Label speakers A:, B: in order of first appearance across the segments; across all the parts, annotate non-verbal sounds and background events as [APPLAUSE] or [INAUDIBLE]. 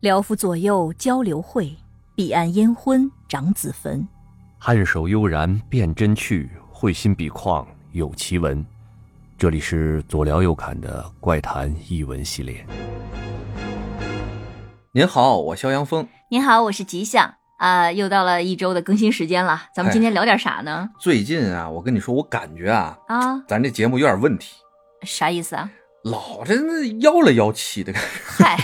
A: 辽府左右交流会，彼岸烟婚长子坟。
B: 颔首悠然辨真趣，会心笔况有奇文。这里是左聊右侃的怪谈译文系列。
C: 您好，我肖阳峰。
A: 您好，我是吉祥啊、又到了一周的更新时间了，咱们
C: 哎
A: 今天聊点啥呢？
C: 最近啊，我跟你说，我感觉啊，
A: 啊，
C: 咱这节目有点问题，
A: 啥意思
C: [LAUGHS]
A: 啊？
C: 老这那妖了妖气的感觉。
A: 嗨，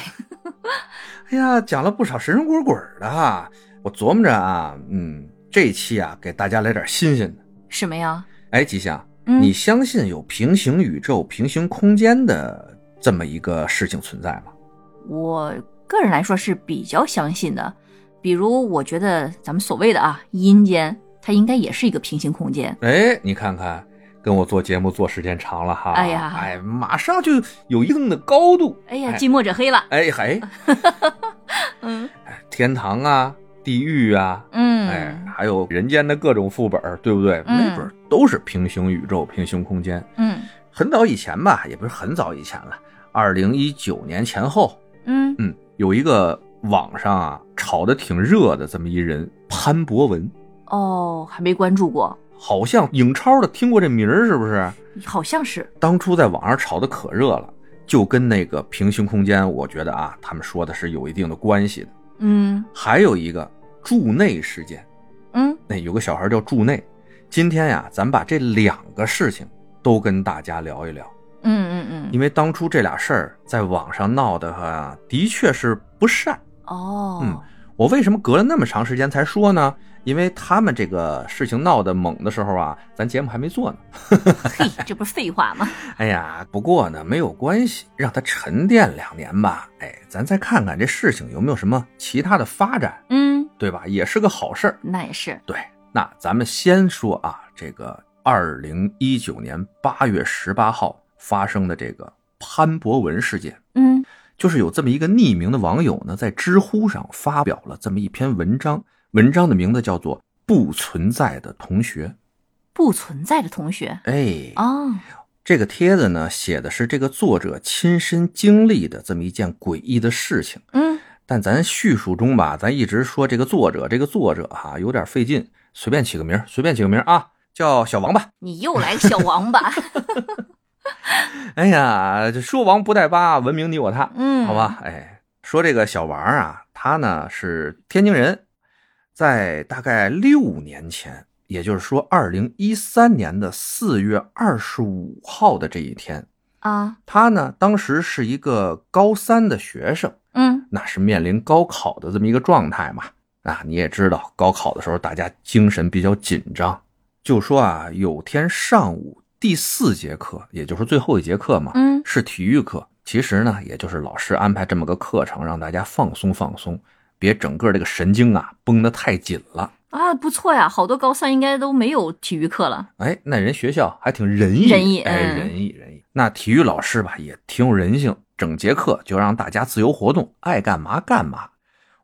C: 哎呀，讲了不少神神鬼鬼的哈。我琢磨着啊，嗯，这期啊，给大家来点新鲜的。
A: 什么呀？
C: 哎，吉祥，
A: 嗯
C: 你相信有平行宇宙、平行空间的这么一个事情存在吗？
A: 我个人来说是比较相信的，比如我觉得咱们所谓的啊阴间，它应该也是一个平行空间。
C: 哎，你看看，跟我做节目做时间长了哈，
A: 哎呀
C: 哎，马上就有一定的高度。
A: 哎呀，近墨者黑了。
C: 哎嗨，
A: [LAUGHS] 嗯
C: 天堂啊，地狱啊，
A: 嗯，
C: 哎，还有人间的各种副本，对不对？
A: 嗯
C: 那本都是平行宇宙、平行空间。
A: 嗯
C: 很早以前吧，也不是很早以前了，二零一九年前后，
A: 嗯，
C: 嗯，有一个网上啊炒得挺热的这么一人潘博文，
A: 哦，还没关注过，
C: 好像影超的听过这名儿是不是？
A: 好像是。
C: 当初在网上炒得可热了，就跟那个平行空间，我觉得啊，他们说的是有一定的关系的。
A: 嗯
C: 还有一个筑内事件，
A: 嗯，
C: 那有个小孩叫筑内。今天呀，咱把这两个事情都跟大家聊一聊，
A: 嗯嗯嗯，
C: 因为当初这俩事儿在网上闹的哈、的确是不善。
A: 哦，
C: 嗯我为什么隔了那么长时间才说呢？因为他们这个事情闹得猛的时候啊，咱节目还没做呢。
A: [LAUGHS] 嘿，这不是废话吗？
C: 哎呀，不过呢，没有关系，让它沉淀两年吧。哎，咱再看看这事情有没有什么其他的发展，
A: 嗯，
C: 对吧？也是个好事儿。
A: 那也是。
C: 对，那咱们先说啊，这个二零一九年八月十八号发生的这个潘博文事件，
A: 嗯
C: 就是有这么一个匿名的网友呢，在知乎上发表了这么一篇文章，文章的名字叫做《不存在的同学》。
A: 不存在的同学。
C: 哎，
A: 哦，
C: 这个帖子呢，写的是这个作者亲身经历的这么一件诡异的事情。
A: 嗯
C: 但咱叙述中吧，咱一直说这个作者，这个作者哈、有点费劲，随便起个名儿，随便起个名儿啊，叫小王吧。
A: 你又来个小王八。
C: 哎呀，这说王不带八，文明你我他，
A: 嗯，
C: [LAUGHS] 好吧？哎，说这个小王啊，他呢是天津人，在大概六年前，也就是说二零一三年的四月二十五号的这一天，
A: 啊，
C: 他呢当时是一个高三的学生，
A: 嗯
C: 那是面临高考的这么一个状态嘛。啊，你也知道，高考的时候大家精神比较紧张。就说啊，有天上午第四节课，也就是最后一节课嘛，
A: 嗯
C: 是体育课。其实呢，也就是老师安排这么个课程，让大家放松放松，别整个这个神经啊绷得太紧了。
A: 啊，不错呀，好多高三应该都没有体育课了。
C: 哎，那人学校还挺仁义，
A: 仁义
C: 哎，
A: 嗯
C: 仁义仁义。那体育老师吧也挺有人性，整节课就让大家自由活动，爱干嘛干嘛。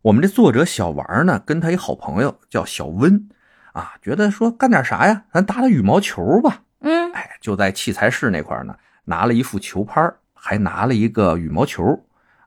C: 我们这作者小王呢，跟他一好朋友叫小温，啊，觉得说干点啥呀？咱打打羽毛球吧。
A: 嗯
C: 哎，就在器材室那块儿呢，拿了一副球拍儿，还拿了一个羽毛球，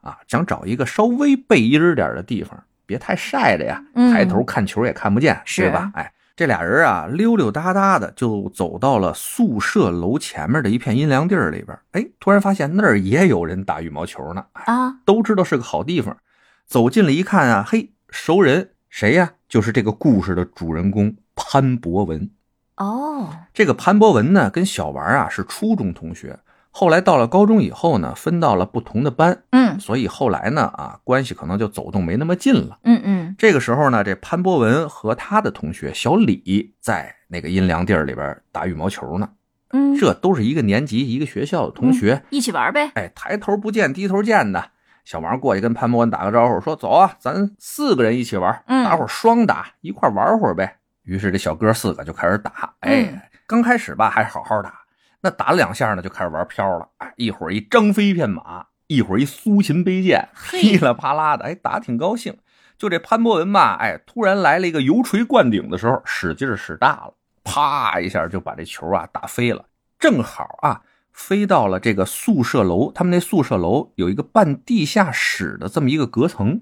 C: 啊，想找一个稍微背阴儿点儿的地方，别太晒着呀，
A: 嗯
C: 抬头看球也看不见，
A: 是
C: 对吧？哎，这俩人啊，溜溜达达的就走到了宿舍楼前面的一片阴凉地儿里边儿，哎，突然发现那儿也有人打羽毛球呢，哎
A: 啊，
C: 都知道是个好地方，走近了一看啊，嘿，熟人，谁呀？就是这个故事的主人公潘博文。
A: 哦，
C: 这个潘博文呢，跟小王啊是初中同学，后来到了高中以后呢，分到了不同的班，
A: 嗯
C: 所以后来呢啊，关系可能就走动没那么近了。
A: 嗯嗯
C: 这个时候呢，这潘博文和他的同学小李在那个阴凉地儿里边打羽毛球呢，
A: 嗯，
C: 这都是一个年级、一个学校的同学，
A: 一起玩呗。
C: 哎，抬头不见低头见的。小王过去跟潘博文打个招呼，说：“走啊，咱四个人一起玩，
A: 嗯
C: 打会儿双打，一块儿玩会儿呗。”于是这小哥四个就开始打。哎，
A: 嗯
C: 刚开始吧还好好打，那打了两下呢就开始玩飘了。哎，一会儿一张飞片马，一会儿一苏秦背剑，
A: 嘿
C: 噼里啪啦的，哎，打得挺高兴。就这潘博文吧，哎，突然来了一个油锤灌顶的时候，使劲儿使大了，啪一下就把这球啊打飞了。正好啊，飞到了这个宿舍楼，他们那宿舍楼有一个半地下室的这么一个隔层。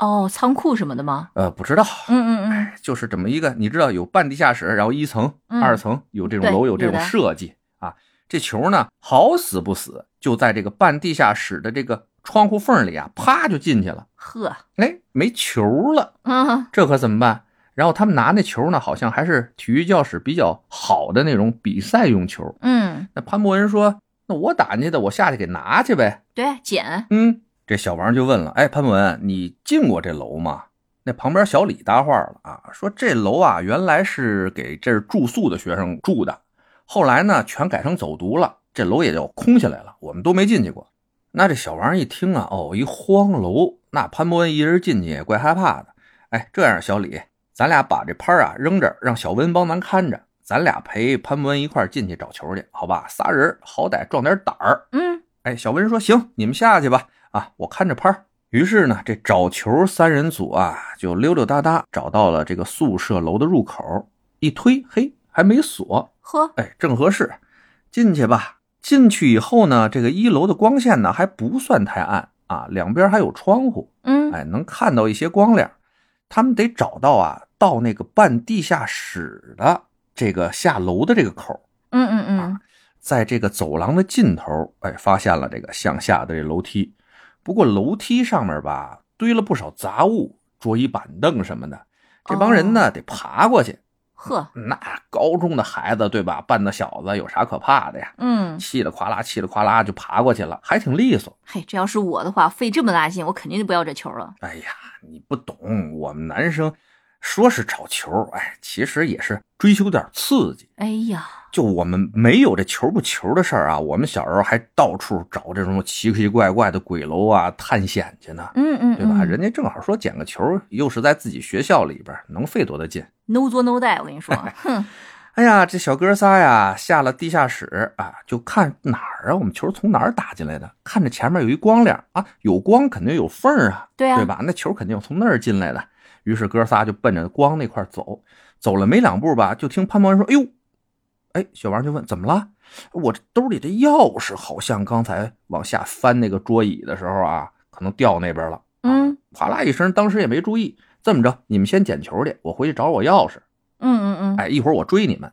A: 哦，仓库什么的吗？
C: 呃，不知道，
A: 嗯嗯嗯，
C: 就是这么一个，你知道有半地下室，然后一层、
A: 嗯
C: 二层有这种
A: 对
C: 楼有这种
A: 有的
C: 设计啊。这球呢，好死不死就在这个半地下室的这个窗户缝里啊，啪就进去了。
A: 呵，
C: 哎，没球了，
A: 嗯
C: 这可怎么办？然后他们拿那球呢，好像还是体育教室比较好的那种比赛用球。
A: 嗯，
C: 那潘博文说：“那我打进去的，我下去给拿去呗。”
A: 对，捡，
C: 嗯，这小王就问了：“哎，潘文，你进过这楼吗？”那旁边小李搭话了啊，说这楼啊原来是给这儿住宿的学生住的，后来呢全改成走读了，这楼也就空下来了，我们都没进去过。那这小王一听啊，哦，一荒楼，那潘博文一人进去也怪害怕的。哎，这样，小李，咱俩把这拍啊扔这儿，让小温帮咱看着，咱俩陪潘博文一块儿进去找球去，好吧？仨人好歹壮点胆儿。
A: 嗯
C: 哎，小温说：“行，你们下去吧，啊，我看着拍儿。”于是呢，这找球三人组啊，就溜溜达达找到了这个宿舍楼的入口，一推，嘿，还没锁，
A: 呵，
C: 哎，正合适，进去吧。进去以后呢，这个一楼的光线呢还不算太暗啊，两边还有窗户，
A: 嗯
C: 哎，能看到一些光亮。他们得找到啊，到那个半地下室的这个下楼的这个口，
A: 嗯嗯
C: 啊
A: 嗯，
C: 在这个走廊的尽头，哎，发现了这个向下的这楼梯。不过楼梯上面吧，堆了不少杂物，桌椅板凳什么的。这帮人呢，得爬过去。
A: 呵，
C: 那高中的孩子对吧？半大小子有啥可怕的呀？
A: 嗯，
C: 气得哗啦，气得哗啦就爬过去了，还挺利索。
A: 嘿，这要是我的话，费这么大劲，我肯定就不要这球了。
C: 哎呀，你不懂，我们男生说是找球，哎，其实也是追求点刺激。
A: 哎呀，
C: 就我们没有这球不球的事儿啊，我们小时候还到处找这种奇奇怪怪的鬼楼啊探险去呢，
A: 嗯嗯，
C: 对吧？
A: 嗯
C: 人家正好说捡个球，又是在自己学校里边，能费多大劲？
A: no 作 no die，我跟你说，哼，
C: 哎呀，这小哥仨呀，下了地下室啊，就看哪儿啊，我们球从哪儿打进来的？看着前面有一光亮啊，有光肯定有缝儿啊，
A: 对啊，
C: 对？吧？那球肯定从那儿进来的。于是哥仨就奔着光那块儿走，走了没两步吧，就听潘博文说：“哎呦，哎！”小王就问：“怎么了？”我这兜里的钥匙好像刚才往下翻那个桌椅的时候啊，可能掉那边了。
A: 嗯
C: 哗啦一声，当时也没注意。这么着，你们先捡球去，我回去找我钥匙。
A: 嗯嗯嗯，
C: 哎，一会儿我追你们。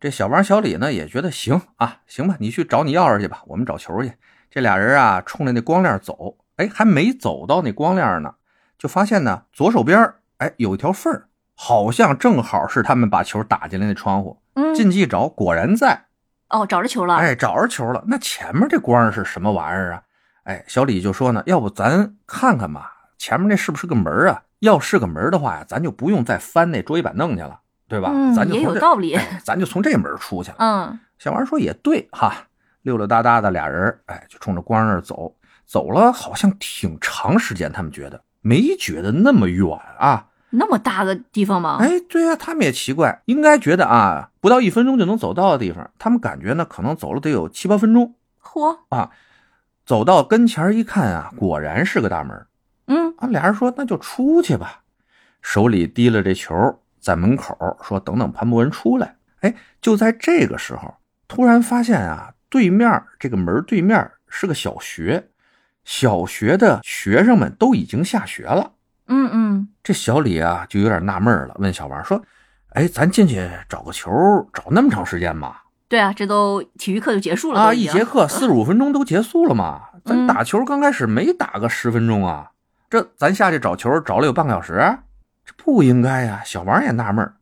C: 这小王、小李呢也觉得行啊，行吧，你去找你钥匙去吧，我们找球去。这俩人啊，冲着那光亮走，哎，还没走到那光亮呢，就发现呢，左手边儿哎有一条缝儿，好像正好是他们把球打进来那窗户。
A: 嗯，
C: 进去一找，果然在，
A: 哦，找着球了，
C: 哎，找着球了。那前面这光是什么玩意儿啊？哎，小李就说呢，要不咱看看吧，前面那是不是个门儿啊？要是个门儿的话呀，咱就不用再翻那桌椅板凳去了，对吧？
A: 嗯
C: 咱就
A: 也
C: 从
A: 有
C: 这
A: 道理
C: 哎咱就从这门儿出去了。
A: 嗯
C: 小王说也对哈，溜溜达达的俩人，哎，就冲着光那儿走，走了好像挺长时间，他们觉得没觉得那么远啊。
A: 那么大个地方吗？
C: 哎，对呀、他们也奇怪，应该觉得啊，不到一分钟就能走到的地方，他们感觉呢，可能走了得有七八分钟。
A: 嚯，
C: 走到跟前儿一看啊，果然是个大门儿
A: 嗯
C: 啊。俩人说那就出去吧，手里提了这球，在门口说等等潘博文出来。哎，就在这个时候，突然发现啊，对面儿这个门儿对面儿是个小学，小学的学生们都已经下学了。
A: 嗯嗯，
C: 这小李啊就有点纳闷儿了，问小王说：“哎，咱进去找个球，找那么长时间吗？
A: 对啊，这都体育课就结束了
C: 啊，
A: 都已
C: 一
A: 经
C: 节课四十五分钟都结束了嘛？咱
A: 嗯
C: 打球刚开始没打个十分钟啊，这咱下去找球找了有半个小时，这不应该呀、小王也纳闷儿，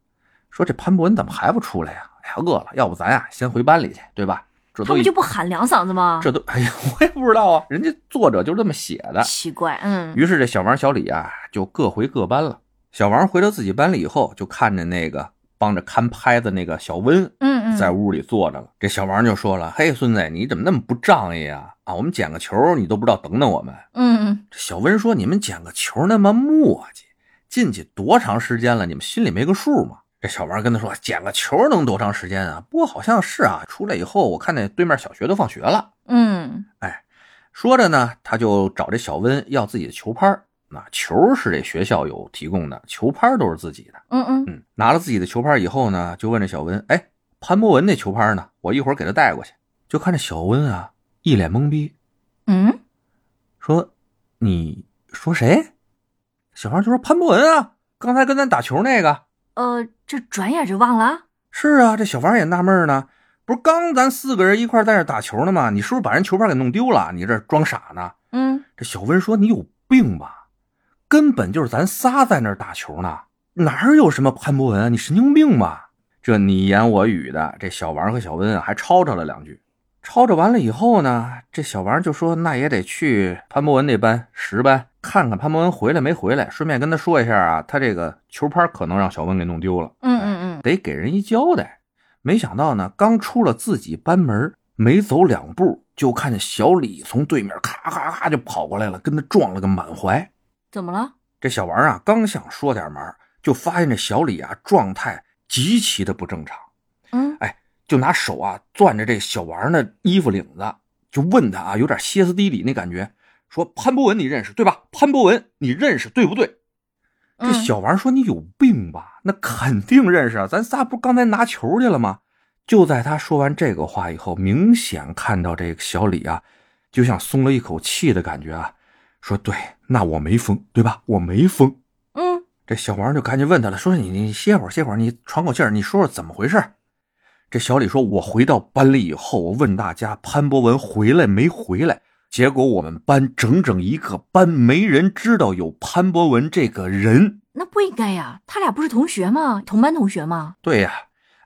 C: 说这潘博文怎么还不出来呀、哎呀，饿了，要不咱呀、先回班里去，对吧？这
A: 他
C: 都
A: 们
C: 已
A: 就不喊两嗓子吗？
C: 这都哎呀， [LAUGHS] 我也不知道啊，人家作者就这么写的。
A: 奇怪，嗯
C: 于是这小王、小李啊，就各回各班了。小王回到自己班里以后，就看着那个帮着看拍的那个小温，
A: 嗯嗯，
C: 在屋里坐着了。这小王就说了：“嘿，孙子，你怎么那么不仗义啊？啊，我们捡个球，你都不知道等等我们。
A: 嗯嗯”
C: 这小温说：“你们捡个球那么磨叽，进去多长时间了？你们心里没个数吗？”这小王跟他说：“捡个球能多长时间啊？不过好像是啊，出来以后我看那对面小学都放学了。”
A: 嗯，
C: 说着呢，他就找这小温要自己的球拍儿。那球是这学校有提供的，球拍儿都是自己的。
A: 嗯嗯，
C: 嗯，拿了自己的球拍儿以后呢，就问这小温：“哎，潘博文那球拍儿呢？我一会儿给他带过去。”就看这小温啊，一脸懵逼，
A: 嗯，
C: 说：“你说谁？”小孩就说潘博文啊，刚才跟咱打球那个。
A: 呃，这转眼就忘了啊。
C: 是啊，这小王也纳闷呢，不是刚咱四个人一块在这打球呢吗？你是不是把人球拍给弄丢了？你这装傻呢？
A: 嗯，
C: 这小温说：“你有病吧？根本就是咱仨在那儿打球呢，哪有什么潘博文啊？你神经病吧？”这你言我语的，这小王和小温啊还吵吵了两句。吵吵完了以后呢，这小王就说：“那也得去潘博文那班十班看看潘博文回来没回来，顺便跟他说一下啊，他这个球拍可能让小温给弄丢了。”
A: 嗯嗯嗯，
C: 得给人一交代。没想到呢，刚出了自己班门，没走两步，就看见小李从对面咔咔咔就跑过来了，跟他撞了个满怀。
A: 怎么了？
C: 这小王啊，刚想说点忙，就发现这小李啊状态极其的不正常，
A: 嗯
C: 就拿手啊攥着这小王的衣服领子，就问他啊，有点歇斯底里那感觉，说潘博文你认识对吧？潘博文你认识对不对？这
A: 嗯
C: 小王说：“你有病吧？那肯定认识啊，咱仨不是刚才拿球去了吗？”就在他说完这个话以后，明显看到这个小李啊，就像松了一口气的感觉啊，说：“对，那我没疯，对吧？我没疯。
A: 嗯”
C: 这小王就赶紧问他了，说你：“你歇会儿，歇会儿，你喘口气儿，你说说怎么回事儿？”这小李说：“我回到班里以后，我问大家潘博文回来没回来，结果我们班整整一个班没人知道有潘博文这个人。”
A: 那不应该呀，他俩不是同学吗？同班同学吗？
C: 对呀、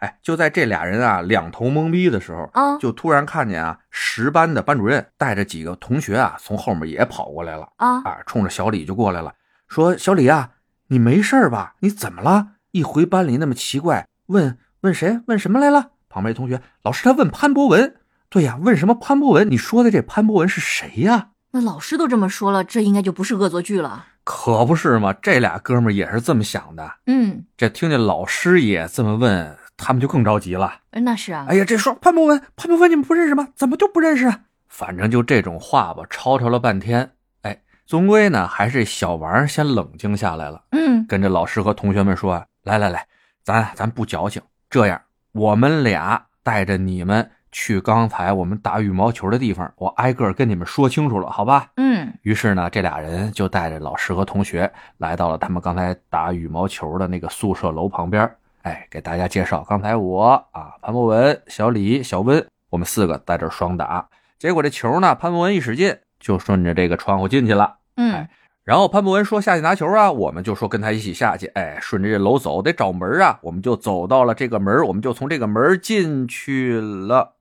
C: 哎，就在这俩人啊两头懵逼的时候，
A: 啊
C: 就突然看见啊，十班的班主任带着几个同学啊，从后面也跑过来了，
A: 啊，
C: 啊，冲着小李就过来了，说：“小李啊，你没事儿吧？你怎么了？一回班里那么奇怪，问问谁？问什么来了？”旁边同学，老师他问潘博文，对呀、问什么潘博文？你说的这潘博文是谁呀、
A: 那老师都这么说了，这应该就不是恶作剧了。
C: 可不是嘛，这俩哥们儿也是这么想的。
A: 嗯，
C: 这听见老师也这么问，他们就更着急了。
A: 那是啊。
C: 哎呀，这说潘博文，潘博文你们不认识吗？怎么就不认识啊？反正就这种话吧，吵吵了半天。哎，终归呢，还是小王先冷静下来了，
A: 嗯
C: 跟着老师和同学们说：“啊来来来，咱咱不矫情，这样我们俩带着你们去刚才我们打羽毛球的地方，我挨个跟你们说清楚了，好吧？”
A: 嗯
C: 于是呢，这俩人就带着老师和同学来到了他们刚才打羽毛球的那个宿舍楼旁边。哎，给大家介绍，刚才我啊，潘博文、小李、小温，我们四个在这儿双打。结果这球呢，潘博文一使劲，就顺着这个窗户进去了。
A: 嗯
C: 哎然后潘博文说下去拿球啊，我们就说跟他一起下去。哎，顺着这楼走，得找门啊，我们就走到了这个门，我们就从这个门进去了。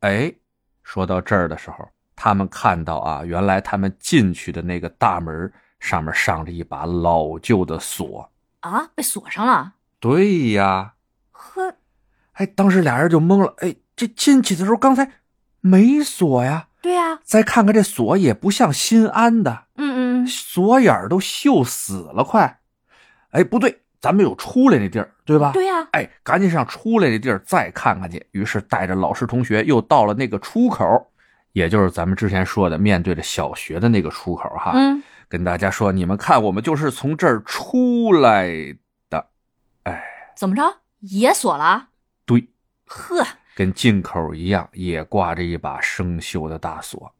C: 哎，说到这儿的时候，他们看到啊，原来他们进去的那个大门上面上着一把老旧的锁。
A: 啊，被锁上了。
C: 对呀，
A: 呵，
C: 哎，当时俩人就懵了。哎，这进去的时候刚才没锁呀，
A: 对呀、啊，
C: 再看看这锁也不像新安的，
A: 嗯嗯
C: 锁眼儿都锈死了，快！哎，不对，咱们有出来那地儿，对吧？
A: 嗯，对呀、
C: 哎，赶紧上出来那地儿再看看去。于是带着老师同学又到了那个出口，也就是咱们之前说的面对着小学的那个出口哈。
A: 嗯，
C: 跟大家说，你们看，我们就是从这儿出来的，
A: 怎么着也锁了？
C: 对，
A: 呵，
C: 跟进口一样，也挂着一把生锈的大锁。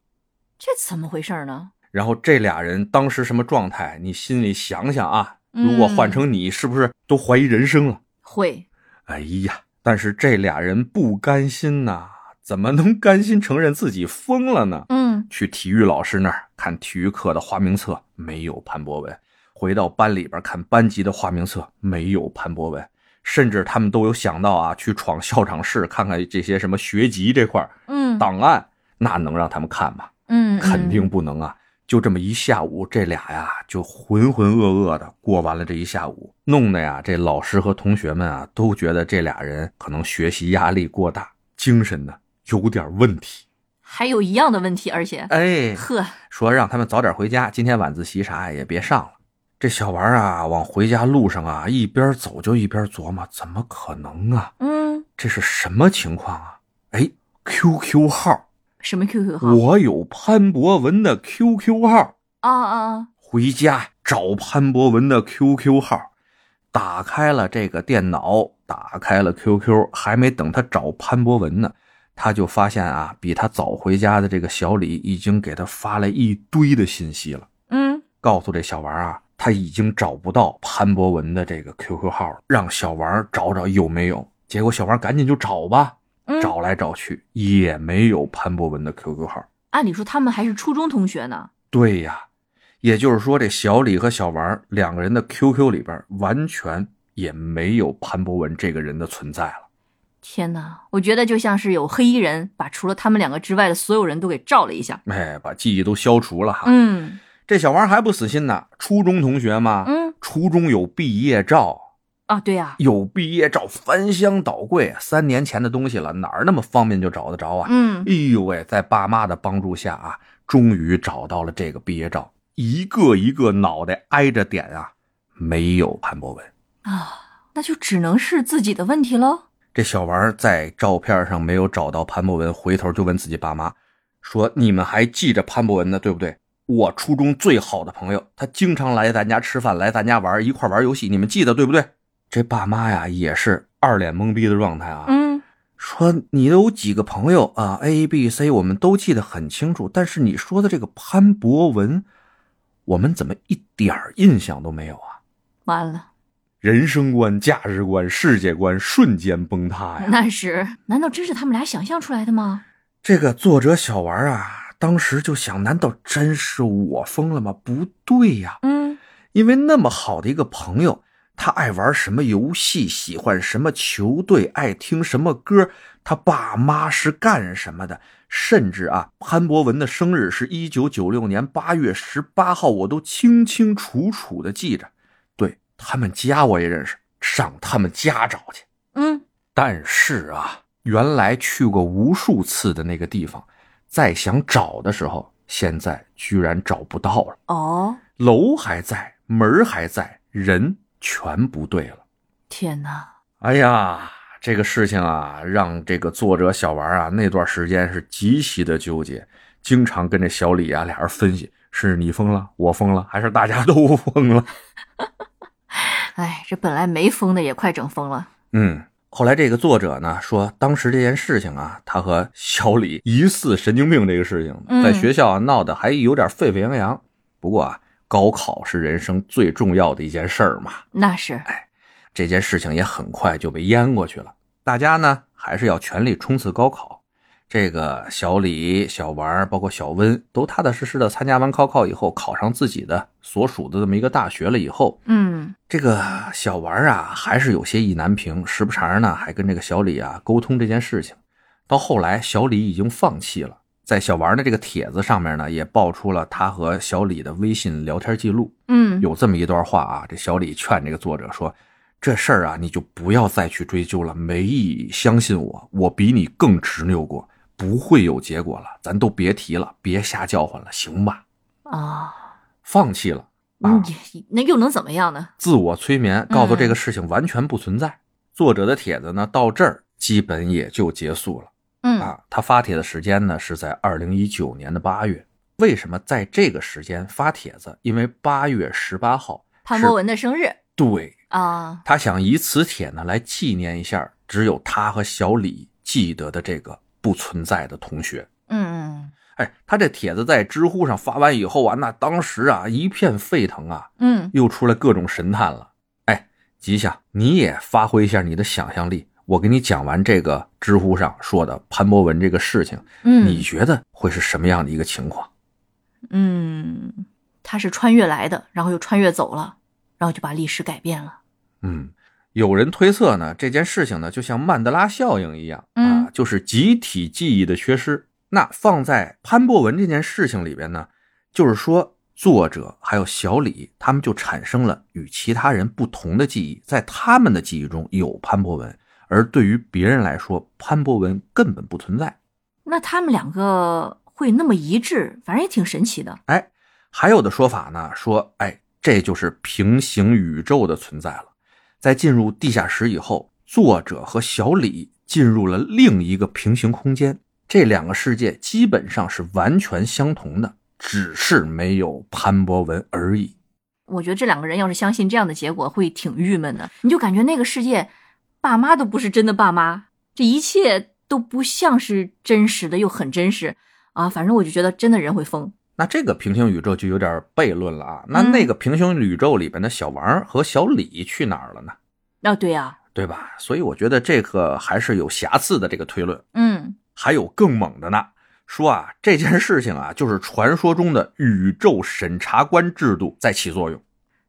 A: 这怎么回事儿呢？
C: 然后这俩人当时什么状态？你心里想想啊，
A: 嗯
C: 如果换成你，是不是都怀疑人生了？
A: 会，
C: 哎呀，但是这俩人不甘心呐、怎么能甘心承认自己疯了呢？
A: 嗯
C: 去体育老师那儿看体育课的花名册，没有潘博文；回到班里边看班级的花名册，没有潘博文。甚至他们都有想到啊，去闯校长室看看这些什么学籍这块儿
A: 嗯，
C: 档案，那能让他们看吗？
A: 嗯嗯
C: 肯定不能啊！就这么一下午，这俩呀就浑浑噩噩的过完了这一下午，弄得呀这老师和同学们啊都觉得这俩人可能学习压力过大，精神呢有点问题。
A: 还有一样的问题，而且
C: 哎，
A: 呵，
C: 说让他们早点回家，今天晚自习啥也别上了。这小王啊，往回家路上啊，一边走就一边琢磨，怎么可能啊？
A: 嗯，
C: 这是什么情况啊？哎，QQ 号，
A: 什么 QQ 号？
C: 我有潘博文的 QQ 号。
A: 啊啊啊，
C: 回家找潘博文的 QQ 号，打开了这个电脑，打开了 QQ，还没等他找潘博文呢，他就发现啊，比他早回家的这个小李已经给他发了一堆的信息了，
A: 嗯
C: 告诉这小王啊，他已经找不到潘博文的这个 QQ 号，让小王找找有没有。结果小王赶紧就找吧，
A: 嗯，
C: 找来找去也没有潘博文的 QQ 号。
A: 按理说他们还是初中同学呢。
C: 对呀，也就是说，这小李和小王两个人的 QQ 里边完全也没有潘博文这个人的存在了。
A: 天哪，我觉得就像是有黑衣人把除了他们两个之外的所有人都给照了一下。
C: 哎，把记忆都消除了哈。
A: 嗯
C: 这小王还不死心呢，初中同学嘛，
A: 嗯
C: 初中有毕业照，
A: 啊，对呀、
C: 有毕业照翻箱倒柜，啊三年前的东西了，哪儿那么方便就找得着啊？
A: 嗯
C: 哎呦喂，在爸妈的帮助下啊，终于找到了这个毕业照，一个一个脑袋挨着点啊，没有潘博文。
A: 啊，那就只能是自己的问题喽。
C: 这小王在照片上没有找到潘博文，回头就问自己爸妈，说：“你们还记着潘博文呢，对不对？我初中最好的朋友，他经常来咱家吃饭，来咱家玩，一块玩游戏，你们记得对不对？”这爸妈呀也是二脸懵逼的状态啊，
A: 嗯
C: 说：“你有几个朋友啊？A、B、C，我们都记得很清楚，但是你说的这个潘博文，我们怎么一点儿印象都没有啊？
A: 完了，
C: 人生观、价值观、世界观瞬间崩塌哎呀！”
A: 那是，难道真是他们俩想象出来的吗？
C: 这个作者小王啊，当时就想：难道真是我疯了吗？不对呀、
A: 嗯
C: 因为那么好的一个朋友，他爱玩什么游戏，喜欢什么球队，爱听什么歌，他爸妈是干什么的，甚至啊，潘博文的生日是一九九六年八月十八号，我都清清楚楚的记着。对他们家我也认识，上他们家找去。
A: 嗯，
C: 但是啊，原来去过无数次的那个地方，再想找的时候，现在居然找不到了。
A: 哦，
C: 楼还在，门儿还在，人全不对了。
A: 天哪，
C: 哎呀，这个事情啊，让这个作者小王啊，那段时间是极其的纠结，经常跟这小李啊俩人分析：是你疯了，我疯了，还是大家都疯了？
A: 哎，这本来没疯的也快整疯了。
C: 嗯，后来这个作者呢说，当时这件事情啊，他和小李疑似神经病这个事情，
A: 嗯
C: 在学校啊闹得还有点沸沸扬扬。不过啊，高考是人生最重要的一件事儿嘛，
A: 那是，
C: 哎这件事情也很快就被淹过去了。大家呢还是要全力冲刺高考。这个小李、小王，包括小温，都踏踏实实的参加完高考以后，考上自己的所属的这么一个大学了以后，
A: 嗯
C: 这个小王啊，还是有些意难平，时不常呢还跟这个小李啊沟通这件事情。到后来，小李已经放弃了，在小王的这个帖子上面呢，也爆出了他和小李的微信聊天记录。
A: 嗯，
C: 有这么一段话啊，这小李劝这个作者说：“这事儿啊，你就不要再去追究了，没意义。相信我，我比你更执拗过，不会有结果了。咱都别提了，别瞎叫唤了，行吧？
A: 啊，
C: 放弃了，啊
A: 嗯，也那又能怎么样呢？
C: 自我催眠，告诉
A: 嗯
C: 这个事情完全不存在。作者的帖子呢，到这儿基本也就结束了。
A: 嗯
C: 啊，他发帖的时间呢是在二零一九年的八月。为什么在这个时间发帖子？因为八月十八号是
A: 潘博文的生日
C: 对，
A: 啊，
C: 他想以此帖呢来纪念一下只有他和小李记得的这个不存在的同学。
A: 嗯
C: 哎，他这帖子在知乎上发完以后啊，那当时啊一片沸腾啊，
A: 嗯，
C: 又出来各种神探了。哎，吉祥，你也发挥一下你的想象力。我给你讲完这个知乎上说的潘博文这个事情，
A: 嗯
C: 你觉得会是什么样的一个情况？
A: 嗯，他是穿越来的，然后又穿越走了，然后就把历史改变了。
C: 嗯，有人推测呢，这件事情呢，就像曼德拉效应一样、啊
A: 嗯，
C: 就是集体记忆的缺失。那放在潘博文这件事情里边呢，就是说作者还有小李他们就产生了与其他人不同的记忆，在他们的记忆中有潘博文，而对于别人来说，潘博文根本不存在。
A: 那他们两个会那么一致，反正也挺神奇的。
C: 哎，还有的说法呢，说哎，这就是平行宇宙的存在了。在进入地下室以后，作者和小李进入了另一个平行空间，这两个世界基本上是完全相同的，只是没有潘博文而已。
A: 我觉得这两个人要是相信这样的结果，会挺郁闷的。你就感觉那个世界，爸妈都不是真的爸妈，这一切都不像是真实的，又很真实啊。反正我就觉得真的人会疯。
C: 那这个平行宇宙就有点悖论了啊。那那个平行宇宙里边的小王和小李去哪儿了呢？
A: 啊，对呀、
C: 对吧？所以我觉得这个还是有瑕疵的这个推论。
A: 嗯，
C: 还有更猛的呢，说啊这件事情啊，就是传说中的宇宙审查官制度在起作用。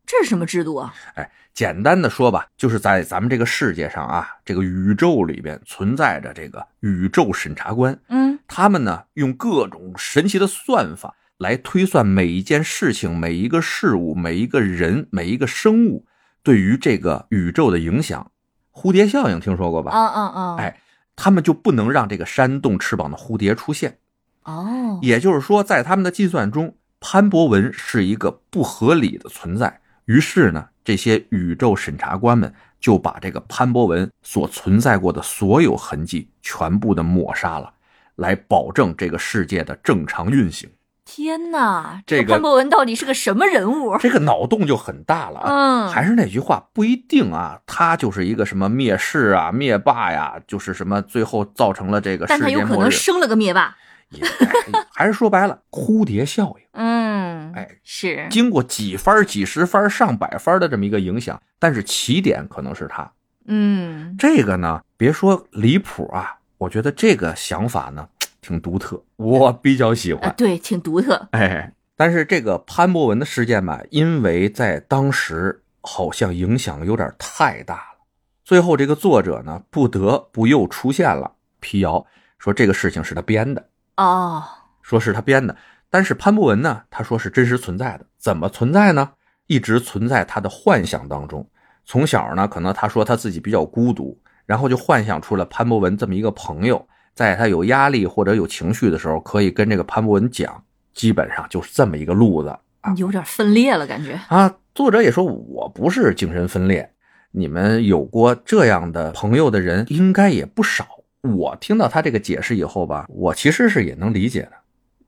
A: 这是什么制度啊？
C: 哎，简单的说吧，就是在咱们这个世界上啊，这个宇宙里边存在着这个宇宙审查官，
A: 嗯
C: 他们呢用各种神奇的算法来推算每一件事情、每一个事物、每一个人、每一个生物对于这个宇宙的影响。蝴蝶效应听说过吧？
A: 啊啊啊！
C: 哎他们就不能让这个扇动翅膀的蝴蝶出现。
A: 哦，
C: 也就是说，在他们的计算中，潘博文是一个不合理的存在。于是呢，这些宇宙审查官们就把这个潘博文所存在过的所有痕迹全部的抹杀了，来保证这个世界的正常运行。
A: 天哪，
C: 这
A: 这
C: 个
A: 潘博文到底是个什么人物？
C: [LAUGHS] 这个脑洞就很大了啊！
A: 嗯，
C: 还是那句话，不一定啊，他就是一个什么灭世啊、灭霸呀、就是什么最后造成了这个世
A: 但他
C: 界
A: 有可
C: 末
A: 能
C: 日。
A: 生了个灭霸。
C: 也哎还是说白了， [LAUGHS] 蝴蝶效应。
A: 嗯，
C: 哎，
A: 是，
C: 经过几番、几十番、上百番的这么一个影响，但是起点可能是他。
A: 嗯
C: 这个呢，别说离谱啊，我觉得这个想法呢挺独特，我比较喜
A: 啊， [LAUGHS]
C: 欢。
A: 对，挺独特。
C: 哎，但是这个潘博文的事件吧，因为在当时好像影响有点太大了，最后这个作者呢不得不又出现了辟谣，说这个事情是他编的。
A: 哦，
C: 说是他编的，但是潘博文呢，他说是真实存在的。怎么存在呢？一直存在他的幻想当中。从小呢，可能他说他自己比较孤独，然后就幻想出了潘博文这么一个朋友，在他有压力或者有情绪的时候，可以跟这个潘博文讲，基本上就是这么一个路子啊
A: 有点分裂了，感觉。
C: 啊。作者也说我不是精神分裂，你们有过这样的朋友的人应该也不少。我听到他这个解释以后吧，我其实是也能理解的。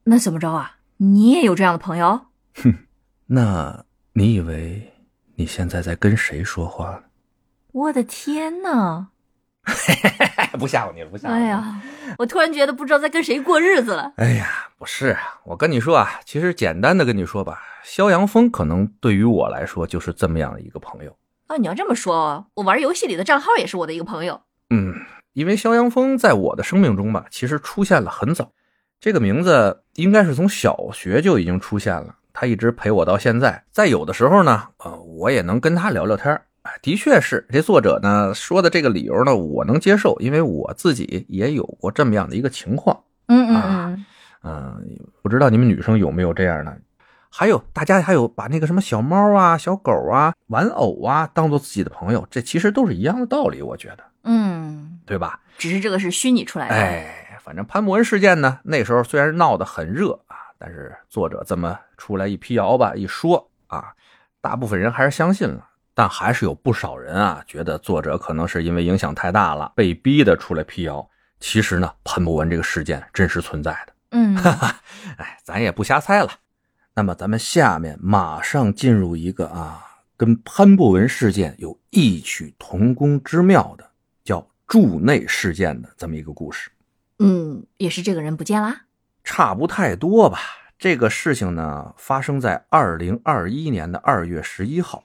A: 那怎么着啊？你也有这样的朋友？
C: 那你以为你现在在跟谁说话 [LAUGHS] 呢？
A: 我的天呐！
C: 不吓唬你了，不吓唬你。
A: 哎，呀，我突然觉得不知道在跟谁过日子了。
C: 哎呀，不是啊，我跟你说啊，其实简单的跟你说吧，肖阳峰可能对于我来说就是这么样的一个朋友。
A: 哦，你要这么说哦，我玩游戏里的账号也是我的一个朋友。
C: 嗯，因为肖阳峰在我的生命中吧，其实出现了很早，这个名字应该是从小学就已经出现了，他一直陪我到现在。在有的时候呢，呃，我也能跟他聊聊天儿。哎的确是，这作者呢说的这个理由呢，我能接受，因为我自己也有过这么样的一个情况。
A: 嗯嗯
C: 啊
A: 嗯，
C: 嗯，不知道你们女生有没有这样的？还有，大家还有把那个什么小猫啊、小狗啊、玩偶啊当做自己的朋友，这其实都是一样的道理，我觉得，
A: 嗯，
C: 对吧？
A: 只是这个是虚拟出来的。
C: 哎，反正潘博文事件呢，那时候虽然闹得很热啊，但是作者这么出来一辟谣吧，一说啊，大部分人还是相信了，但还是有不少人啊，觉得作者可能是因为影响太大了，被逼的出来辟谣。其实呢，潘博文这个事件真实存在的。
A: 嗯，
C: 哎，咱也不瞎猜了。那么咱们下面马上进入一个啊，跟潘博文事件有异曲同工之妙的，叫筑内事件的这么一个故事，
A: 嗯，也是这个人不见啦。
C: 差不太多吧。这个事情呢，发生在二零二一年的二月十一号，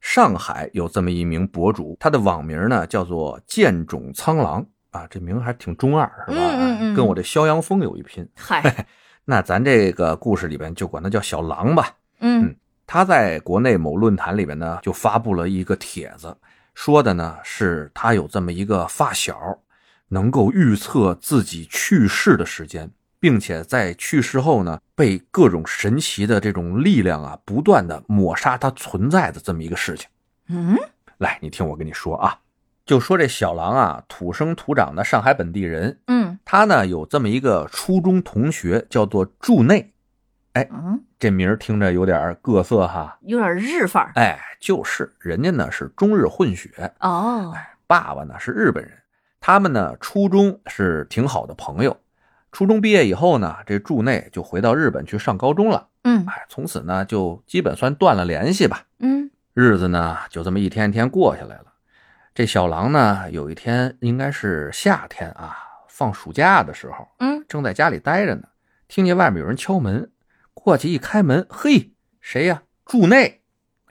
C: 上海有这么一名博主，他的网名呢叫做剑冢苍狼啊，这名还挺中二是吧？
A: 嗯嗯嗯
C: 跟我这肖阳峰有一拼。
A: 嗨，
C: 那咱这个故事里边就管他叫小狼吧。
A: 嗯
C: 嗯他在国内某论坛里边呢，就发布了一个帖子，说的呢是他有这么一个发小，能够预测自己去世的时间，并且在去世后呢，被各种神奇的这种力量啊，不断的抹杀他存在的这么一个事情。
A: 嗯
C: 来，你听我跟你说啊，就说这小狼啊，土生土长的上海本地人，
A: 嗯
C: 他呢有这么一个初中同学，叫做祝内，哎
A: 嗯，
C: 这名儿听着有点儿各色哈，
A: 有点日范儿。
C: 哎，就是人家呢是中日混血，
A: 哦，
C: 爸爸呢是日本人，他们呢初中是挺好的朋友。初中毕业以后呢，这驻内就回到日本去上高中了。
A: 嗯
C: 哎，从此呢就基本算断了联系吧。
A: 嗯
C: 日子呢就这么一天一天过下来了。这小狼呢有一天应该是夏天啊，放暑假的时候，
A: 嗯
C: 正在家里待着呢，听见外面有人敲门，过去一开门，嘿，谁呀？祝内。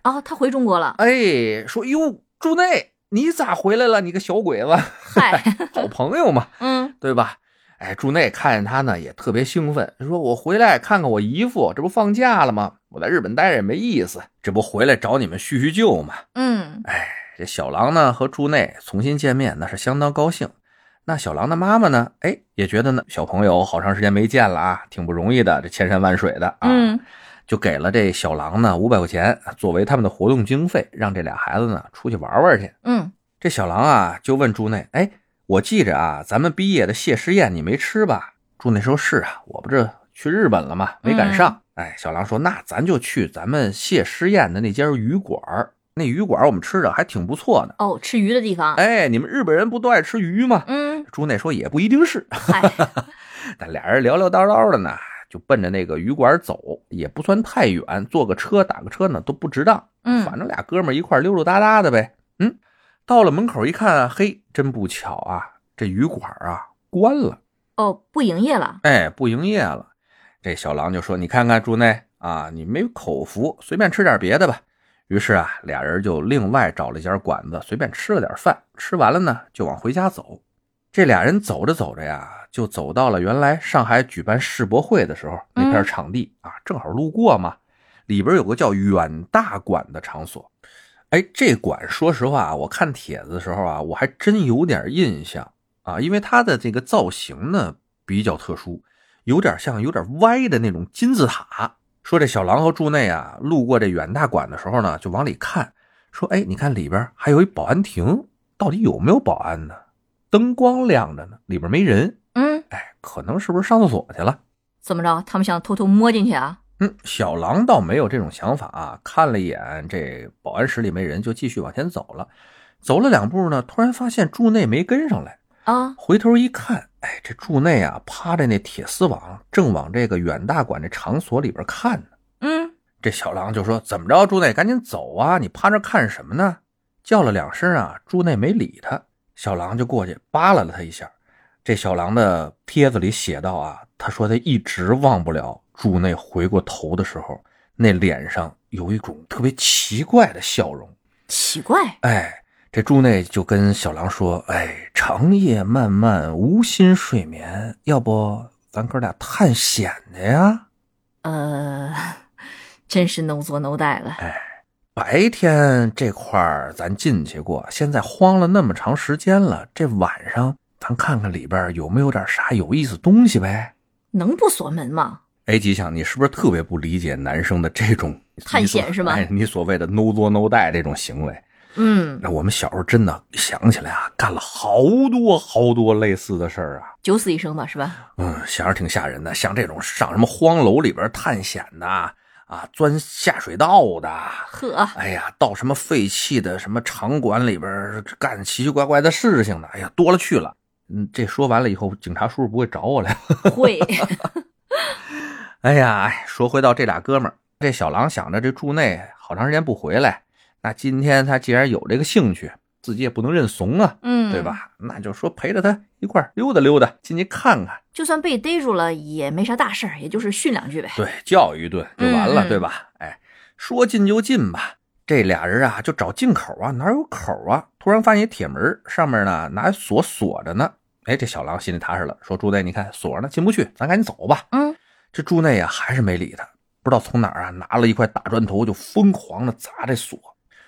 A: 啊，他回中国了，
C: 哎，说哟，祝内，你咋回来了？你个小鬼子， [LAUGHS]
A: 嗨，
C: 好朋友嘛， [LAUGHS]
A: 嗯，
C: 对吧？哎，祝内看见他呢，也特别兴奋，说我回来看看我姨父，这不放假了吗？我在日本待着也没意思，这不回来找你们叙叙旧嘛。
A: 嗯，
C: 啊这小狼呢和猪内重新见面，那是相当高兴。那小狼的妈妈呢，哎，也觉得呢小朋友好长时间没见了啊，挺不容易的，这千山万水的啊，
A: 嗯，
C: 就给了这小狼呢五百块钱作为他们的活动经费，让这俩孩子呢出去玩玩去。
A: 嗯，
C: 这小狼啊就问猪内，哎，我记着啊，咱们毕业的谢师宴你没吃吧？猪内说是啊，我不这去日本了嘛，没赶上。哎，小狼说那咱就去咱们谢师宴的那家鱼馆儿那鱼馆儿我们吃的还挺不错的。
A: 哦，吃鱼的地方，
C: 哎，你们日本人不都爱吃鱼吗？
A: 嗯，
C: 猪内说也不一定是， [LAUGHS]
A: 嗨，
C: 但俩人聊聊叨叨的呢，就奔着那个鱼馆走，也不算太远，坐个车打个车呢都不值当。
A: 嗯
C: 反正俩哥们儿一块儿溜溜达达的呗。嗯，到了门口一看啊，嘿，真不巧啊，这鱼馆啊关了，
A: 哦，不营业了，
C: 哎，不营业了。这小狼就说：“你看看猪内啊，你没口福，随便吃点别的吧。”于是啊，俩人就另外找了一家馆子，随便吃了点饭。吃完了呢，就往回家走。这俩人走着走着呀，就走到了原来上海举办世博会的时候那片场地、啊，正好路过嘛。里边有个叫远大馆的场所。哎，这馆说实话啊，我看帖子的时候啊，我还真有点印象啊，因为它的这个造型呢比较特殊，有点像有点歪的那种金字塔。说这小狼和柱内啊，路过这远大馆的时候呢，就往里看，说：“哎，你看里边还有一保安亭，到底有没有保安呢？灯光亮着呢，里边没人。
A: 嗯，
C: 哎，可能是不是上厕所去了？”
A: 怎么着？他们想偷偷摸进去啊？
C: 嗯，小狼倒没有这种想法啊，看了一眼这保安室里没人，就继续往前走了。走了两步呢，突然发现柱内没跟上来，
A: 啊，
C: 回头一看，哎，这柱内啊趴着那铁丝网，正往这个远大馆这场所里边看呢。
A: 嗯，
C: 这小狼就说：“怎么着，柱内，赶紧走啊！你趴那看什么呢？”叫了两声啊，柱内没理他。小狼就过去扒拉了他一下。这小狼的帖子里写道啊，他说他一直忘不了柱内回过头的时候，那脸上有一种特别奇怪的笑容。
A: 奇怪，
C: 哎，这猪内就跟小狼说：“哎，长夜漫漫，无心睡眠，要不咱哥俩探险去呀？
A: 呃，真是 no 作 no 带了，
C: 白天这块儿咱进去过，现在荒了那么长时间了，这晚上咱看看里边有没有点啥有意思东西呗。”
A: 能不锁门吗？
C: 哎，吉祥，你是不是特别不理解男生的这种
A: [LAUGHS] 探险
C: 你所
A: 是吗
C: 哎，你所谓的 no 作 no 带这种行为，
A: 嗯，
C: 那我们小时候真的想起来啊，干了好多好多类似的事儿啊。
A: 九死一生吧，是吧？
C: 嗯，想着挺吓人的，像这种上什么荒楼里边探险的啊，钻下水道的，
A: 呵，
C: 哎呀，到什么废弃的什么场馆里边干奇奇怪怪的事情的，哎呀，多了去了。嗯，这说完了以后，警察叔叔不会找我来。
A: 会，
C: [LAUGHS] 哎呀，哎说回到这俩哥们儿，这小狼想着这住内好长时间不回来，那今天他既然有这个兴趣，自己也不能认怂啊，
A: 嗯，
C: 对？吧？那就说陪着他一块儿溜达溜达，进去看看。
A: 就算被逮住了也没啥大事儿，也就是训两句呗。
C: 对，教育一顿就完了，
A: 嗯嗯
C: 对吧？哎，说进就进吧。这俩人啊，就找进口啊，哪有口啊？突然发现一铁门，上面呢拿锁锁着呢。哎，这小狼心里踏实了，说：“猪内，你看锁着呢，进不去，咱赶紧走吧。
A: 嗯，”
C: 这猪内啊，还是没理他，不知道从哪儿啊拿了一块大砖头，就疯狂的砸这锁，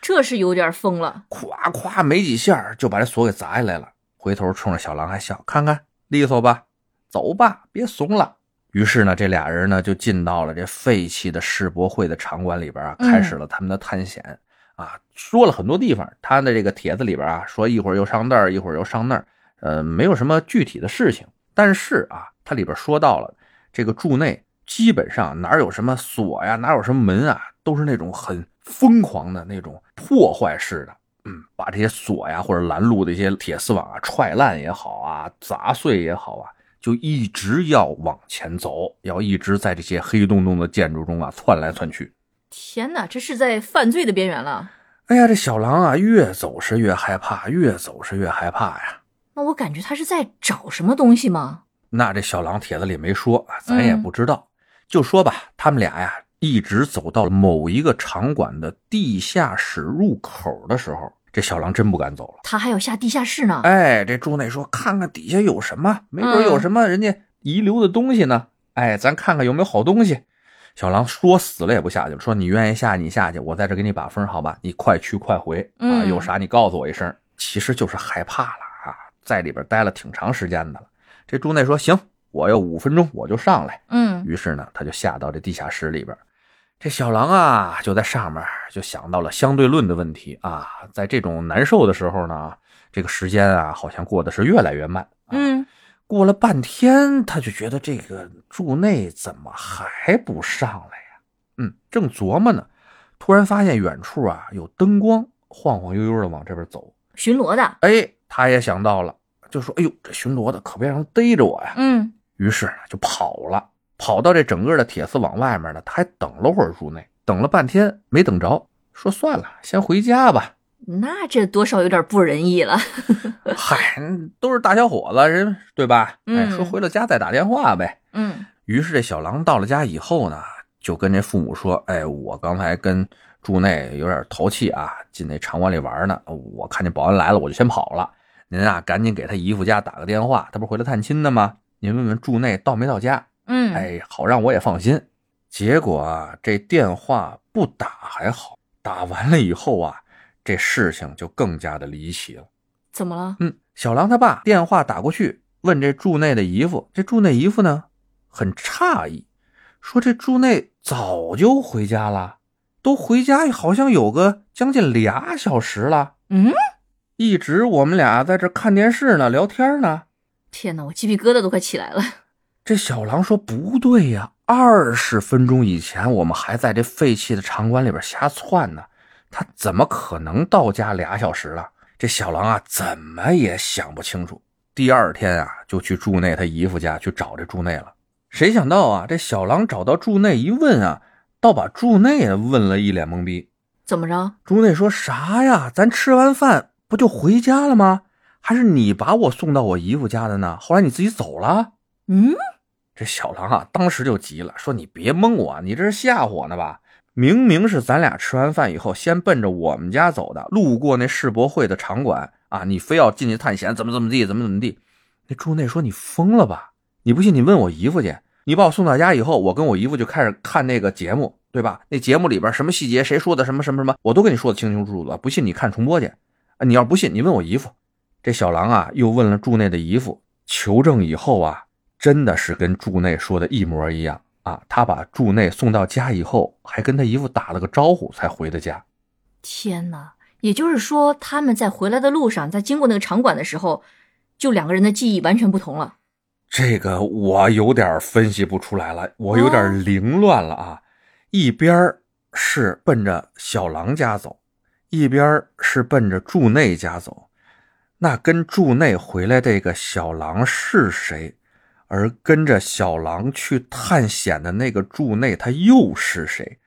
A: 这是有点疯了。
C: 咵咵没几下儿就把这锁给砸下来了。回头冲着小狼还笑，看看利索吧，走吧，别怂了。于是呢，这俩人呢就进到了这废弃的世博会的场馆里边啊，
A: 嗯
C: 开始了他们的探险、啊。说了很多地方，他的这个帖子里边啊，说一会儿又上那儿，一会儿又上那儿，呃，没有什么具体的事情。但是啊，它里边说到了这个住内，基本上哪有什么锁呀，哪有什么门啊，都是那种很疯狂的那种破坏式的。嗯，把这些锁呀或者拦路的一些铁丝网啊踹烂也好啊，砸碎也好啊，就一直要往前走，要一直在这些黑洞洞的建筑中啊窜来窜去。
A: 天哪，这是在犯罪的边缘了。
C: 哎呀，这小狼啊，越走是越害怕，越走是越害怕呀。
A: 那我感觉他是在找什么东西吗？
C: 那这小狼帖子里没说，咱也不知道。就说吧，他们俩呀一直走到某一个场馆的地下室入口的时候，这小狼真不敢走了。
A: 他还有下地下室呢。
C: 哎，这猪内说：“看看底下有什么，没准有什么人家遗留的东西呢。哎，咱看看有没有好东西。”小狼说死了也不下去了，说你愿意下你下去，我在这给你把风，好吧？你快去快回啊，
A: 嗯
C: 有啥你告诉我一声。其实就是害怕了啊，在里边待了挺长时间的了。这猪内说：“行，我要五分钟我就上来。”
A: 嗯
C: 于是呢，他就下到这地下室里边儿。这小狼啊，就在上面就想到了相对论的问题啊。在这种难受的时候呢，这个时间啊，好像过得是越来越慢。啊、，
A: 嗯，
C: 过了半天，他就觉得这个柱内怎么还不上来呀？嗯，正琢磨呢，突然发现远处啊有灯光，晃晃悠悠的往这边走。
A: 巡逻的。
C: 哎，他也想到了，就说：“哎呦，这巡逻的可别让他逮着我呀！”
A: 嗯
C: 于是呢就跑了，跑到这整个的铁丝网外面呢，他还等了会儿入内，等了半天没等着，说算了，先回家吧。
A: 那这多少有点不仁义了。
C: 嗨，都是大小伙子，人对吧？哎，
A: 嗯
C: 说回了家再打电话呗。
A: 嗯
C: 于是这小狼到了家以后呢，就跟这父母说：“哎，我刚才跟住内有点淘气啊，进那场馆里玩呢，我看见保安来了，我就先跑了。您啊，赶紧给他姨父家打个电话，他不是回来探亲的吗？您问问住内到没到家。”
A: 嗯，
C: 哎，好让我也放心。结果啊，这电话不打还好，打完了以后啊，这事情就更加的离奇了。
A: 怎么了？
C: 嗯，小狼他爸电话打过去，问这住内的姨父，这住内姨父呢很诧异，说这住内早就回家了，都回家好像有个将近俩小时了，
A: 嗯，
C: 一直我们俩在这看电视呢，聊天呢。
A: 天哪，我鸡皮疙瘩都快起来了。
C: 这小狼说：“不对呀、二十分钟以前我们还在这废弃的场馆里边瞎窜呢，他怎么可能到家俩小时了？”这小狼啊，怎么也想不清楚。第二天啊，就去住内他姨夫家去找这住内了。谁想到啊，这小狼找到住内一问啊，倒把住内啊问了一脸懵逼。
A: 怎么着？
C: 猪内说啥呀？咱吃完饭不就回家了吗？还是你把我送到我姨夫家的呢？后来你自己走了？
A: 嗯，
C: 这小狼啊，当时就急了，说：“你别蒙我，啊你这是吓唬我呢吧？明明是咱俩吃完饭以后，先奔着我们家走的，路过那世博会的场馆啊，你非要进去探险，怎么怎么地，怎么怎么地。”那猪内说：“你疯了吧？你不信你问我姨夫去。你把我送到家以后，我跟我姨夫就开始看那个节目，对吧？那节目里边什么细节，谁说的什么什么什么，我都跟你说的清清楚楚的。不信你看重播去。啊，你要不信，你问我姨夫。”这小狼啊，又问了住内的姨父，求证以后啊，真的是跟住内说的一模一样啊！他把住内送到家以后，还跟他姨父打了个招呼，才回的家。
A: 天哪！也就是说，他们在回来的路上，在经过那个场馆的时候，就两个人的记忆完全不同了。
C: 这个我有点分析不出来了，我有
A: 哦
C: 点凌乱了啊！一边儿是奔着小狼家走，一边儿是奔着住内家走。那跟住内回来这个小狼是谁？而跟着小狼去探险的那个住内他又是谁？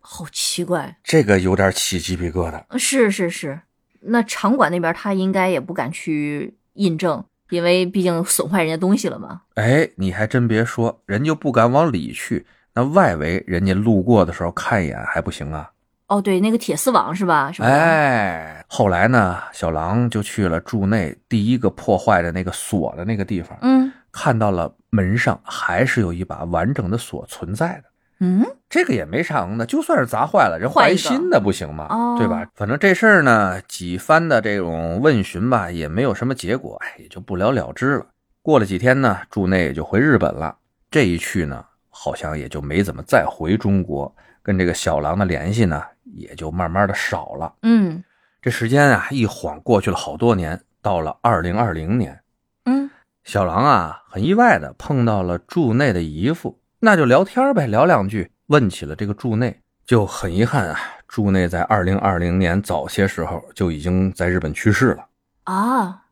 A: 好奇怪。嗯
C: 这个有点起鸡皮疙瘩。
A: 是是是，那场馆那边他应该也不敢去印证，因为毕竟损坏人家东西了嘛。
C: 哎，你还真别说，人就不敢往里去。那外围人家路过的时候看一眼还不行啊？
A: 哦，对，那个铁丝网是啊吧？什么的？
C: 哎，后来呢，小狼就去了住内第一个破坏的那个锁的那个地方，
A: 嗯
C: 看到了门上还是有一把完整的锁存在的。
A: 嗯，
C: 这个也没啥用的，就算是砸坏了，人换
A: 换一
C: 一
A: 个
C: 新的不行吗？
A: 哦
C: 对吧？反正这事儿呢，几番的这种问询吧，也没有什么结果，哎，也就不了了之了。过了几天呢，住内也就回日本了。这一去呢，好像也就没怎么再回中国，跟这个小狼的联系呢，也就慢慢的少了。
A: 嗯
C: 这时间啊，一晃过去了好多年，到了二零二零年，
A: 嗯，
C: 小狼啊，很意外的碰到了住内的姨父，那就聊天呗，聊两句，问起了这个住内，就很遗憾啊，住内在二零二零年早些时候就已经在日本去世了。
A: 啊，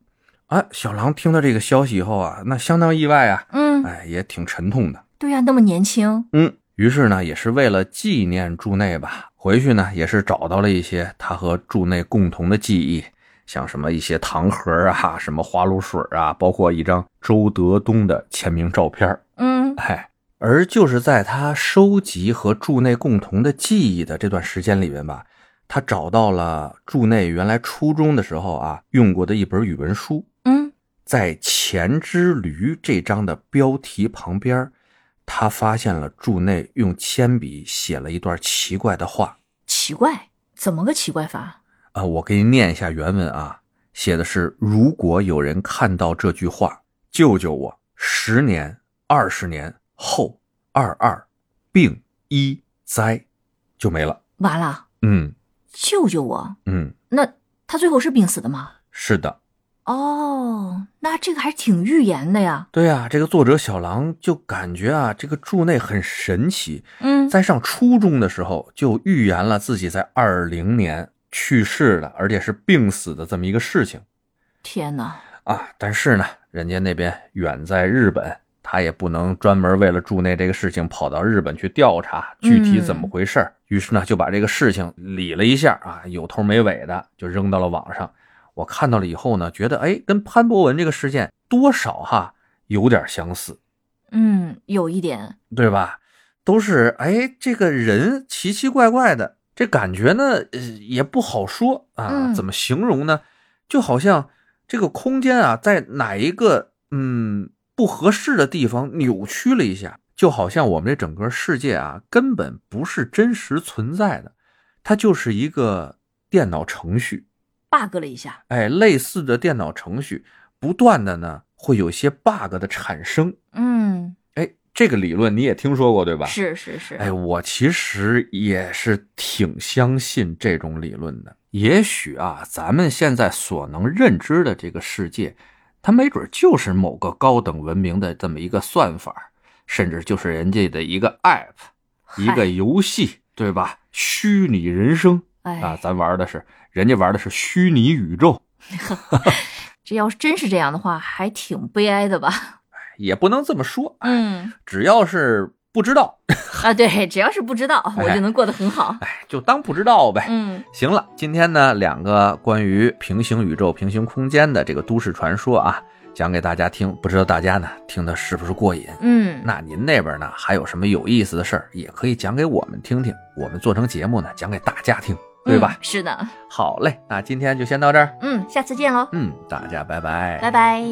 C: 哎，小狼听到这个消息以后啊，那相当意外啊，
A: 嗯，
C: 哎，也挺沉痛的。
A: 对呀、那么年轻，
C: 嗯，于是呢，也是为了纪念住内吧，回去呢也是找到了一些他和住内共同的记忆，像什么一些糖盒啊，什么花露水啊，包括一张周德东的签名照片儿。
A: 嗯
C: 哎，而就是在他收集和柱内共同的记忆的这段时间里边吧，他找到了柱内原来初中的时候啊用过的一本语文书，
A: 嗯，
C: 在《前之驴》这章的标题旁边儿，他发现了柱内用铅笔写了一段奇怪的话。
A: 奇怪，怎么个奇怪法？
C: 啊，我给你念一下原文啊，写的是：如果有人看到这句话，救救我！十年、二十年后，二二病一灾就没了。
A: 完了，
C: 嗯
A: 救救我！
C: 嗯，
A: 那他最后是病死的吗？
C: 是的，
A: 哦，那这个还挺预言的呀。
C: 对啊，这个作者小狼就感觉啊，这个柱内很神奇，
A: 嗯，
C: 在上初中的时候就预言了自己在二零年去世了，而且是病死的这么一个事情。
A: 天哪，
C: 啊，但是呢，人家那边远在日本，他也不能专门为了住内这个事情跑到日本去调查具体怎么回事儿。于是呢，就把这个事情理了一下啊，有头没尾的就扔到了网上。我看到了以后呢，觉得哎，跟潘博文这个事件多少哈有点相似，
A: 嗯，有一点，
C: 对吧？都是哎，这个人奇奇怪怪的，这感觉呢呃也不好说啊，
A: 嗯
C: 怎么形容呢？就好像这个空间啊，在哪一个嗯不合适的地方扭曲了一下，就好像我们这整个世界啊，根本不是真实存在的，它就是一个电脑程序。
A: bug 了一下。
C: 哎，类似的电脑程序不断的呢，会有一些 bug 的产生。
A: 嗯，
C: 哎，这个理论你也听说过对吧？
A: 是是是。
C: 哎，我其实也是挺相信这种理论的。也许啊，咱们现在所能认知的这个世界，它没准就是某个高等文明的这么一个算法，甚至就是人家的一个 app，
A: 嗨
C: 一个游戏，对吧？虚拟人生
A: 哎
C: 啊，咱玩的是人家玩的是虚拟宇宙，
A: 这要是真是这样的话，还挺悲哀的吧？
C: 也不能这么说。哎，
A: 嗯，
C: 只要是不知道，
A: 啊，对，只要是不知道，我就能过得很好。
C: 哎，就当不知道呗。
A: 嗯
C: 行了，今天呢，两个关于平行宇宙、平行空间的这个都市传说啊，讲给大家听。不知道大家呢听的是不是过瘾？
A: 嗯，
C: 那您那边呢还有什么有意思的事儿，也可以讲给我们听听，我们做成节目呢讲给大家听，对吧？
A: 嗯是的，
C: 好嘞，那今天就先到这儿，
A: 嗯，下次见喽，
C: 嗯，大家拜拜，
A: 拜拜。